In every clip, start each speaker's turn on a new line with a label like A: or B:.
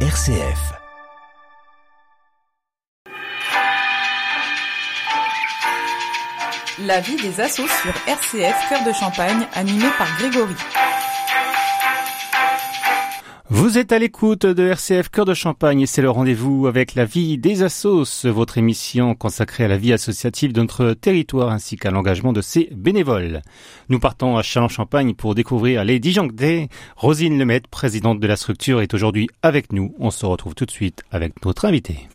A: RCF.
B: La vie des assos sur RCF Cœur de Champagne, animée par Grégory.
C: Vous êtes à l'écoute de RCF Cœur de Champagne et c'est le rendez-vous avec la vie des assos, votre émission consacrée à la vie associative de notre territoire ainsi qu'à l'engagement de ses bénévoles. Nous partons à Châlons-Champagne pour découvrir les Dijonctais. Rosine Lemaitre, présidente de la structure, est aujourd'hui avec nous. On se retrouve tout de suite avec notre invité.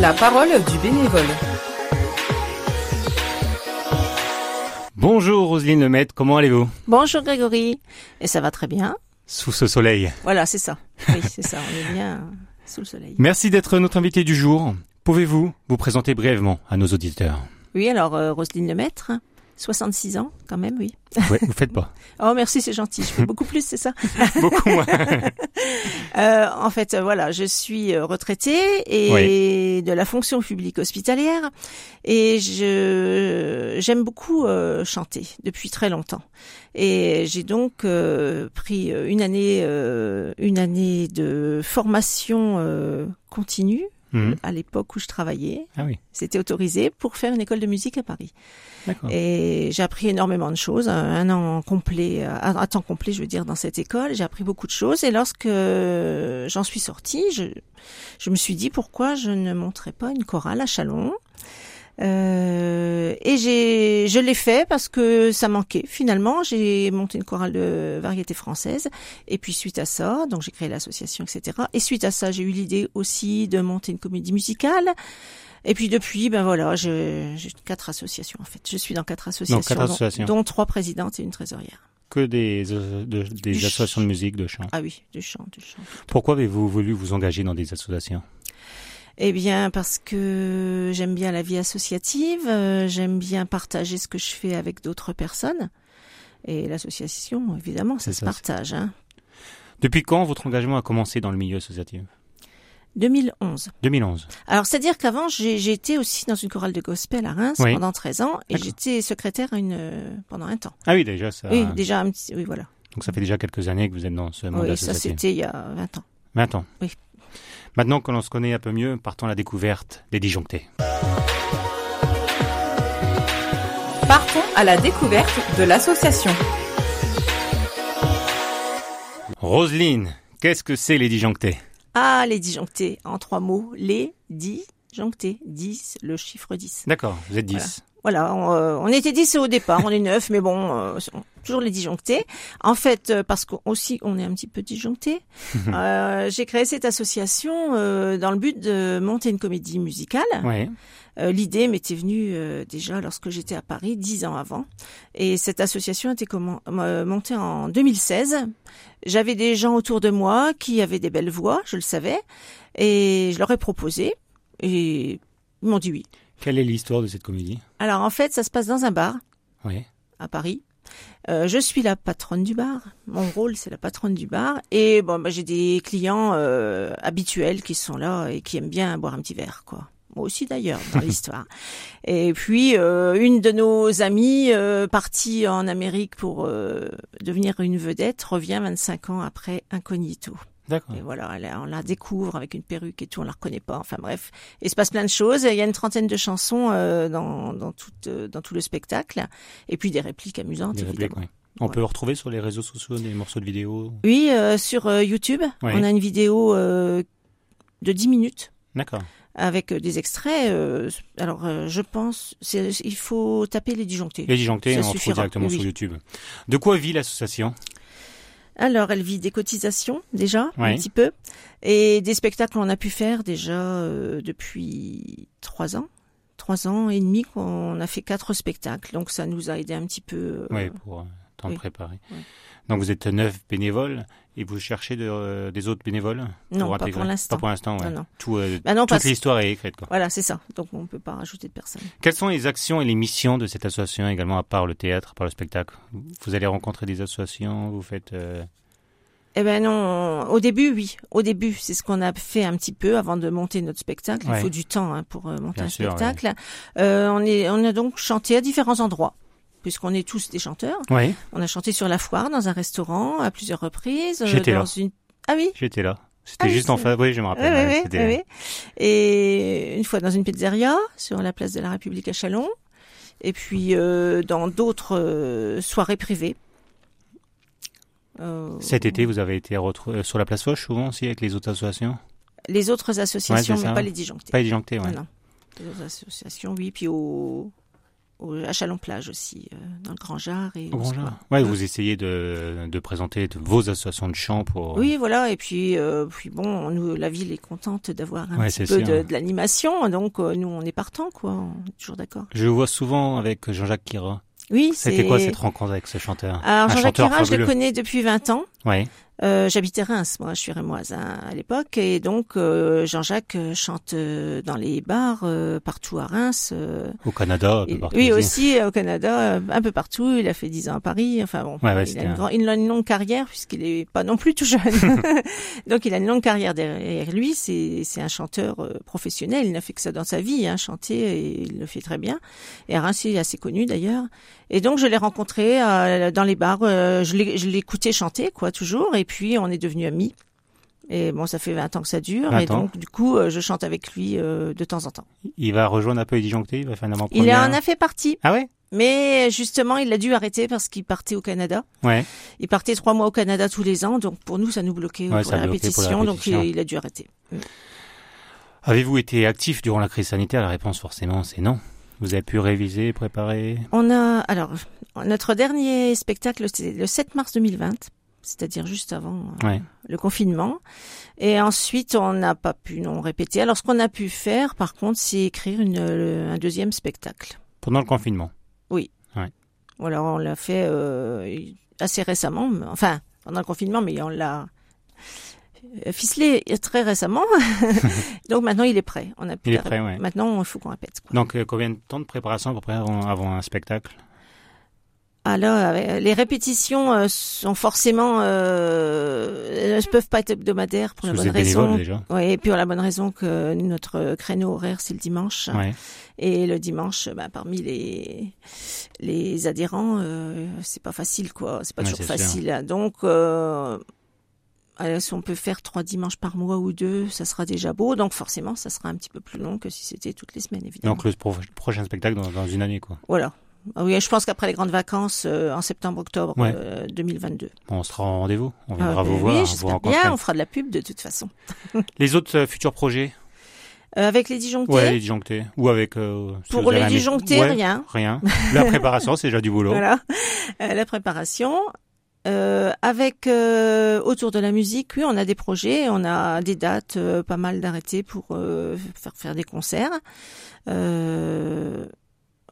B: La parole du bénévole.
C: Bonjour Roselyne Lemaitre, comment allez-vous
D: Bonjour Grégory, et ça va très bien.
C: Sous ce soleil.
D: Voilà, c'est ça. Oui, c'est ça, on est bien sous le soleil.
C: Merci d'être notre invité du jour. Pouvez-vous vous présenter brièvement à nos auditeurs
D: Oui, alors euh, Roselyne Lemaître, 66 ans quand même, oui.
C: Ouais, vous faites pas.
D: Oh merci, c'est gentil, je fais beaucoup plus, c'est ça
C: Beaucoup moins.
D: Euh, en fait, euh, voilà, je suis euh, retraitée et de la fonction publique hospitalière et je j'aime beaucoup euh, chanter depuis très longtemps. Et j'ai donc euh, pris euh, une année euh, une année de formation euh, continue
C: Mhm.
D: à l'époque où je travaillais.
C: Ah oui,
D: C'était autorisé pour faire une école de musique à Paris.
C: d'accord.
D: Et j'ai appris énormément de choses, euh, un an complet, euh, à, à temps complet, je veux dire, dans cette école. J'ai appris beaucoup de choses. Et lorsque j'en suis sortie, je, je me suis dit pourquoi je ne monterais pas une chorale à Chalon. Euh, et j'ai, je l'ai fait parce que ça manquait. Finalement, j'ai monté une chorale de variété française. Et puis suite à ça, donc j'ai créé l'association, etc. Et suite à ça, j'ai eu l'idée aussi de monter une comédie musicale. Et puis depuis, ben voilà, je- j'ai quatre associations en fait. Je suis dans quatre associations,
C: quatre
D: dont-
C: associations.
D: dont trois présidentes et une trésorière.
C: Que des, euh, de- des
D: Du ch-
C: associations de musique, de chant.
D: Ah oui, du chant, du chant.
C: Pourquoi avez-vous voulu vous engager dans des associations
D: Eh bien, parce que j'aime bien la vie associative, euh, j'aime bien partager ce que je fais avec d'autres personnes. Et l'association, évidemment, ça
C: C'est
D: se
C: ça,
D: partage. Hein.
C: Depuis quand votre engagement a commencé dans le milieu associatif
D: 2011.
C: 2011.
D: Alors, c'est-à-dire qu'avant, j'ai j'ai été aussi dans une chorale de gospel à Reims
C: Oui.
D: pendant 13 ans et
C: D'accord.
D: j'étais secrétaire à une, euh, pendant un temps.
C: Ah oui, déjà, ça,
D: Oui, déjà un petit... Oui, voilà.
C: donc ça fait déjà quelques années que vous êtes dans ce monde
D: Oui, ça,
C: associatif.
D: c'était il y a 20 ans.
C: 20 ans.
D: Oui.
C: Maintenant que l'on se connaît un peu mieux, partons à la découverte des disjonctés.
B: Partons à la découverte de l'association.
C: Roselyne, qu'est-ce que c'est les disjonctés
D: Ah, les disjonctés, en trois mots. Les disjonctés. 10, le chiffre 10.
C: D'accord, vous êtes 10.
D: Voilà, on, euh, on était 10 au départ, on est 9, mais bon, euh, on- toujours les disjonctés. En fait, euh, parce qu'on aussi on est un petit peu disjonctés, euh, j'ai créé cette association euh, dans le but de monter une comédie musicale.
C: Ouais.
D: Euh, L'idée m'était venue euh, déjà lorsque j'étais à Paris, 10 ans avant. Et cette association a été commen- euh, montée en 2016. J'avais des gens autour de moi qui avaient des belles voix, je le savais, et je leur ai proposé, et ils m'ont dit oui.
C: Quelle est l'histoire de cette comédie
D: Alors en fait, ça se passe dans un bar
C: Oui.
D: à Paris. Euh, je suis la patronne du bar. Mon rôle, c'est la patronne du bar. Et bon, bah, j'ai des clients euh, habituels qui sont là et qui aiment bien boire un petit verre, quoi. Moi aussi d'ailleurs dans l'histoire. Et puis euh, une de nos amies euh, partie en Amérique pour euh, devenir une vedette revient 25 ans après incognito.
C: D'accord.
D: Et voilà, elle- on la découvre avec une perruque et tout, on la reconnaît pas. Enfin bref, il se passe plein de choses. Il y a une trentaine de chansons euh, dans, dans, tout, euh, dans tout le spectacle, et puis des répliques amusantes.
C: Des
D: évidemment.
C: répliques, oui. On peut retrouver sur les réseaux sociaux des morceaux de vidéos.
D: Oui, euh, sur euh, YouTube,
C: Oui.
D: on a une vidéo euh, de 10 minutes
C: D'accord.
D: avec euh, des extraits. euh, alors, euh, je pense, c'est- il faut taper les disjonctés.
C: Les disjonctés,
D: Ça
C: on retrouve
D: suffira,
C: directement
D: oui,
C: sur
D: oui.
C: YouTube. De quoi vit l'association
D: Alors, elle vit des cotisations déjà,
C: Ouais.
D: un petit peu, et des spectacles qu'on a pu faire déjà euh, depuis trois ans. Trois ans et demi qu'on a fait quatre spectacles, donc ça nous a aidé un petit peu. euh,
C: Oui, pour euh, t'en
D: oui.
C: préparer.
D: Oui.
C: Donc vous êtes neuf bénévoles et vous cherchez de, euh, des autres bénévoles
D: Non, pas
C: intégrer
D: pour l'instant.
C: Pas pour l'instant, ouais.
D: Non, non.
C: Tout, euh,
D: Bah non,
C: toute
D: parce-
C: l'histoire est écrite. Quoi.
D: Voilà, c'est ça. Donc on peut pas rajouter de personnes.
C: Quelles sont les actions et les missions de cette association également, à part le théâtre, à part le spectacle Vous allez rencontrer des associations, vous faites... euh,
D: Eh ben non, au début oui, au début c'est ce qu'on a fait un petit peu avant de monter notre spectacle.
C: Ouais.
D: Il faut du temps hein, pour euh, monter
C: Bien
D: un
C: sûr,
D: spectacle. Euh, on est, on a donc chanté à différents endroits. puisqu'on est tous des chanteurs.
C: Oui,
D: On a chanté sur la foire, dans un restaurant, à plusieurs reprises. euh,
C: J'étais là.
D: dans Une... Ah oui
C: j'étais là. C'était
D: Ah oui,
C: juste en
D: c'est-
C: face. Oui, je me rappelle.
D: oui,
C: ouais,
D: oui,
C: c'était-
D: oui, oui. Et une fois dans une pizzeria sur la place de la République à Chalon, et puis euh, dans d'autres euh, soirées privées. Euh,
C: Cet été, vous avez été retrou- euh, sur la place Foch souvent aussi avec les autres associations
D: Les autres associations,
C: Ouais, c'est ça.
D: mais pas les disjonctés.
C: Pas disjoncté, ouais.
D: Non, non. Les autres associations, oui, puis au, au- à Chalon-Plage aussi, euh, dans le Grand Jard. Et
C: Au
D: au
C: Grand
D: Square.
C: Jard. Ouais, vous essayez de, de présenter de- vos associations de chant pour.
D: Oui, voilà. Et puis, euh, puis bon, nous, la ville est contente d'avoir un
C: Ouais, c'est
D: petit peu
C: sûr.
D: de, de l'animation. Donc, euh, nous, on est partant, quoi. On est toujours d'accord.
C: Je vous vois souvent avec Jean-Jacques Kira.
D: Oui,
C: C'était
D: c'est-
C: quoi cette rencontre avec ce chanteur
D: Alors,
C: Un
D: Jean-Jacques
C: chanteur
D: Guérin, je le
C: fabuleux.
D: connais depuis 20 ans.
C: Ouais.
D: Euh, J'habitais Reims, moi, je suis rémoise hein, à l'époque. Et donc, euh, Jean-Jacques euh, chante euh, dans les bars, euh, partout à Reims. euh,
C: Au Canada, un peu
D: et-
C: partout
D: oui, aussi euh, au Canada, euh, un peu partout. Il a fait 10 ans à Paris. Enfin bon,
C: Ouais, ouais,
D: il,
C: c'était
D: a une
C: un-
D: grand- il a une longue carrière puisqu'il est pas non plus tout jeune. donc il a une longue carrière derrière lui. C'est c'est un chanteur euh, professionnel. Il n'a fait que ça dans sa vie, hein, chanter, et il le fait très bien. Et à Reims, il est assez connu d'ailleurs. Et donc je l'ai rencontré euh, dans les bars. euh, je l'ai- je l'écoutais chanter, quoi, toujours. Et puis on est devenus amis. Et bon, ça fait 20 ans que ça dure.
C: 20
D: Et
C: ans.
D: donc, du coup, euh, je chante avec lui euh, de temps en temps.
C: Il va rejoindre un peu les disjonctés, il va faire une avant-première.
D: Il en a fait partie.
C: Ah ouais
D: Mais euh, justement, il a dû arrêter parce qu'il partait au Canada.
C: Ouais.
D: Il partait trois mois au Canada tous les ans, donc pour nous, ça nous bloquait
C: Ouais,
D: pour,
C: ça
D: la
C: bloquait pour la
D: répétition, donc il,
C: répétition.
D: il a dû arrêter.
C: Avez-vous été actif durant la crise sanitaire La réponse forcément c'est non. Vous avez pu réviser, préparer
D: On a alors notre dernier spectacle, c'est le 7 mars 2020, c'est-à-dire juste avant euh,
C: Ouais.
D: le confinement. Et ensuite, on n'a pas pu non répéter. Alors, ce qu'on a pu faire, par contre, c'est écrire une, euh, un deuxième spectacle.
C: Pendant le confinement.
D: Voilà, on l'a fait euh, assez récemment, mais- enfin pendant le confinement, mais on l'a euh, ficelé très récemment. Donc maintenant, il est prêt. On a pu
C: Il est
D: la-
C: prêt, ouais.
D: Maintenant, il faut qu'on répète. Quoi.
C: Donc euh, combien de temps de préparation à peu près avant, avant un spectacle
D: Alors, euh, les répétitions euh, sont forcément, euh, elles ne peuvent pas être hebdomadaires pour
C: Parce que
D: la
C: vous
D: bonne
C: êtes bénévole
D: raison.
C: déjà.
D: Oui, et puis pour la bonne raison que notre créneau horaire, c'est le dimanche.
C: Ouais.
D: Et le dimanche, bah, parmi les les adhérents, euh, c'est pas facile, quoi. C'est pas
C: Ouais,
D: toujours
C: c'est sûr.
D: facile. Donc, euh, alors, si on peut faire trois dimanches par mois ou deux, ça sera déjà beau. Donc, forcément, ça sera un petit peu plus long que si c'était toutes les semaines, évidemment.
C: Donc le pro- prochain spectacle dans, dans une année quoi.
D: Voilà. Ah Oui, je pense qu'après les grandes vacances, euh, en septembre-octobre euh,
C: Ouais.
D: 2022.
C: Bon, on sera en rendez-vous, on
D: Ah,
C: viendra
D: ben
C: vous
D: oui,
C: voir, vous
D: j'espère
C: rencontrer.
D: bien. On fera de la pub de toute façon.
C: Les autres euh, futurs projets
D: Euh, avec les disjonctés,
C: Ouais, les disjonctés ou avec euh, si vous
D: pour
C: avez
D: les
C: un mé-
D: disjonctés,
C: Ouais,
D: rien.
C: Rien. La préparation, c'est déjà du boulot.
D: Voilà, Euh, la préparation. Euh, avec euh, autour de la musique, oui, on a des projets, on a des dates, euh, pas mal d'arrêtés pour euh, faire faire des concerts Euh,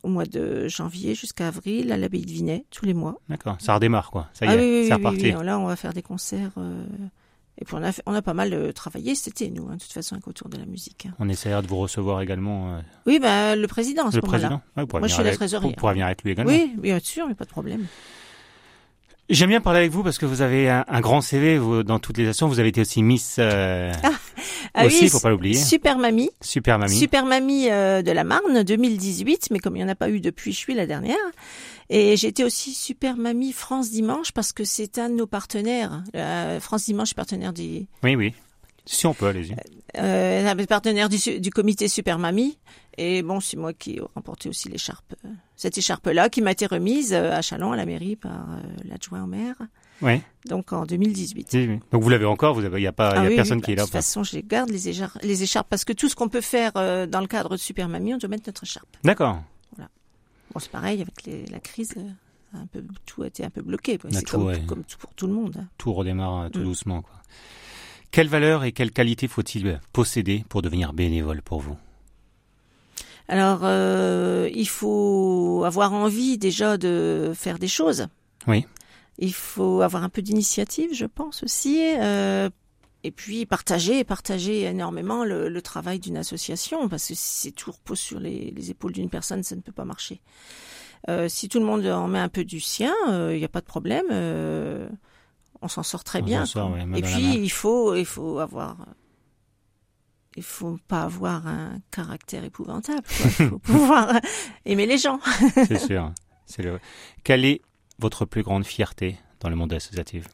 D: au mois de janvier jusqu'à avril à l'abbaye de Vinay tous les mois.
C: D'accord, ça redémarre quoi. Ça y est,
D: Ah oui, oui,
C: c'est
D: oui, oui,
C: reparti.
D: oui. là on va faire des concerts euh, et puis on a fait- on a pas mal euh, travaillé cet été nous, hein, de toute façon avec autour de la musique. hein.
C: On essaiera de vous recevoir également euh,
D: Oui, bah le président à ce
C: le
D: moment-là.
C: président. Ouais, vous pourrez
D: Moi, je
C: venir
D: suis la
C: avec-
D: trésorière.
C: vous pourrez venir avec lui également.
D: Oui, bien sûr, mais pas de problème.
C: J'aime bien parler avec vous parce que vous avez un, un grand CV vous, dans toutes les actions. Vous avez été aussi Miss euh,
D: Ah
C: aussi,
D: oui,
C: faut pas l'oublier.
D: super mamie.
C: Super Mamie.
D: Super Mamie euh, de la Marne 2018, mais comme il n'y en a pas eu depuis, je suis la dernière. Et j'étais aussi Super Mamie France Dimanche parce que c'est un de nos partenaires. Euh, France Dimanche est partenaire du,
C: Oui, oui. Si on peut, allez-y.
D: euh, un partenaire du, su- du comité Super Mamie. Et bon, c'est moi qui ai remporté aussi l'écharpe. euh, Cette écharpe-là qui m'a été remise euh, à Chalon, à la mairie, par euh, l'adjoint au maire,
C: Oui,
D: donc en 2018.
C: si, oui. Donc vous l'avez encore, vous avez, il n'y a pas, il
D: Ah
C: y a
D: oui,
C: personne
D: oui,
C: qui est
D: bah,
C: là.
D: De toute façon, je les garde les, éjar- les écharpes parce que tout ce qu'on peut faire euh, dans le cadre de Super Mamie, on doit mettre notre écharpe.
C: D'accord.
D: Bon, c'est pareil avec les- la crise. euh, Un peu, tout a été un peu bloqué. quoi.
C: Ah,
D: C'est
C: tout,
D: comme,
C: ouais.
D: comme tout pour tout le monde. hein.
C: Tout redémarre euh, tout
D: Mm.
C: doucement, quoi. Quelle valeur et quelle qualité faut-il posséder pour devenir bénévole pour vous
D: Alors, euh, il faut avoir envie déjà de faire des choses.
C: Oui.
D: Il faut avoir un peu d'initiative, je pense aussi. euh, et puis partager, partager énormément le, le travail d'une association, parce que si c'est tout repose sur les, les épaules d'une personne, ça ne peut pas marcher. Euh, si tout le monde en met un peu du sien, euh, il n'y a pas de problème. euh, on s'en sort très
C: On
D: Eh bien.
C: s'en sort,
D: quoi.
C: ouais, main
D: et
C: dans la main.
D: puis il faut, il faut avoir, il faut pas avoir un caractère épouvantable. quoi. Il faut pouvoir aimer les gens.
C: C'est sûr. C'est le... Quelle est votre plus grande fierté dans le monde associatif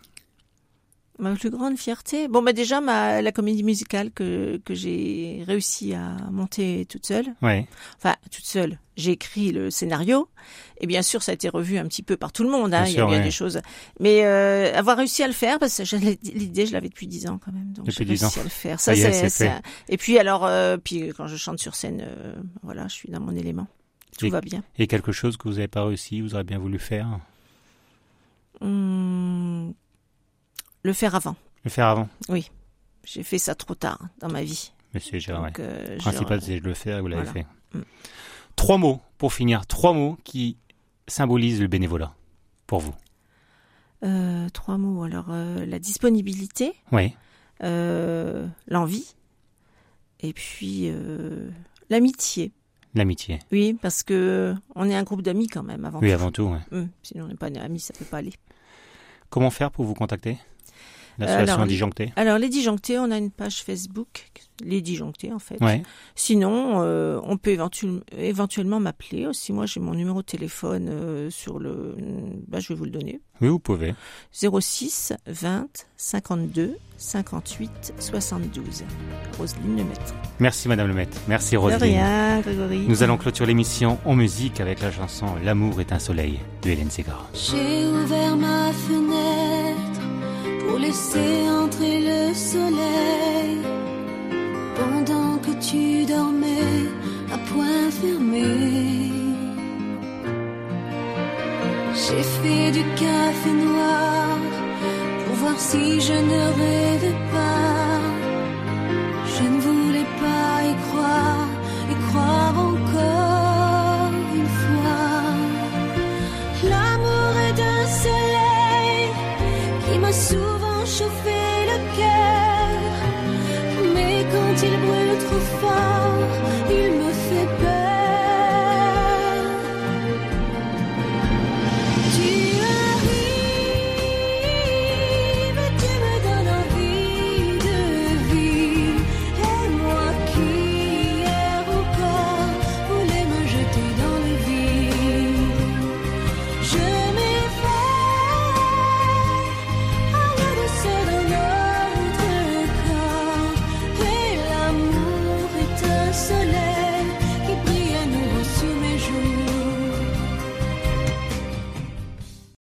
D: Ma plus grande fierté Bon, bah déjà, ma, la comédie musicale que, que j'ai réussi à monter toute seule.
C: Oui.
D: Enfin, toute seule. J'ai écrit le scénario. Et bien sûr, ça a été revu un petit peu par tout le monde. Hein.
C: Bien
D: Il y a
C: sûr,
D: bien
C: ouais.
D: des choses. Mais euh, avoir réussi à le faire, parce que j'ai- l'idée, je l'avais depuis dix ans quand même. Donc,
C: Depuis
D: j'ai
C: 10
D: réussi
C: ans.
D: à le faire.
C: Ça
D: Ça,
C: y est,
D: c'est,
C: c'est
D: c'est
C: fait.
D: un- Et puis, alors, euh, puis quand je chante sur scène, euh, voilà, je suis dans mon élément. Tout
C: Et-
D: va bien.
C: Et quelque chose que vous n'avez pas réussi, vous auriez bien voulu faire
D: Hum, le faire avant.
C: Le faire avant
D: J'ai fait ça trop tard hein, dans ma vie.
C: Mais c'est déjà, ouais.
D: Donc, euh,
C: Le
D: je-
C: principal, c'est de le faire, vous l'avez fait.
D: Voilà. Mm.
C: Trois mots, pour finir, trois mots qui symbolisent le bénévolat, pour vous.
D: Euh, trois mots. Alors, euh, la disponibilité,
C: Oui,
D: euh, l'envie, et puis euh, l'amitié.
C: l'amitié.
D: Oui, parce que euh, on est un groupe d'amis quand même avant
C: Oui,
D: tout.
C: avant tout. ouais.
D: Hum, sinon, on n'est pas amis, ça peut pas aller.
C: Comment faire pour vous contacter L'association
D: Alors,
C: Disjonctée
D: Alors, les disjonctés, on a une page Facebook, les disjonctés en fait.
C: Oui,
D: Sinon, euh, on peut éventuel- éventuellement m'appeler aussi. Moi, j'ai mon numéro de téléphone euh, sur le. bah, je vais vous le donner.
C: oui, vous pouvez.
D: 06 20 52 58 72. Roselyne Lemaître.
C: Merci, Madame le Maître. Merci,
D: De
C: Roselyne.
D: rien, Grégory.
C: Nous allons clôturer l'émission en musique avec la chanson L'amour est un soleil de Hélène Segar.
A: J'ai ouvert ma fenêtre pour laisser entrer le soleil. Pendant que tu dormais à point fermé, j'ai fait du café noir pour voir si je ne rêvais pas. Je ne voulais pas y croire, y croire encore une fois. L'amour est un soleil qui m'a souvent chauffé le cœur. Mais quand il brûle trop fort, il me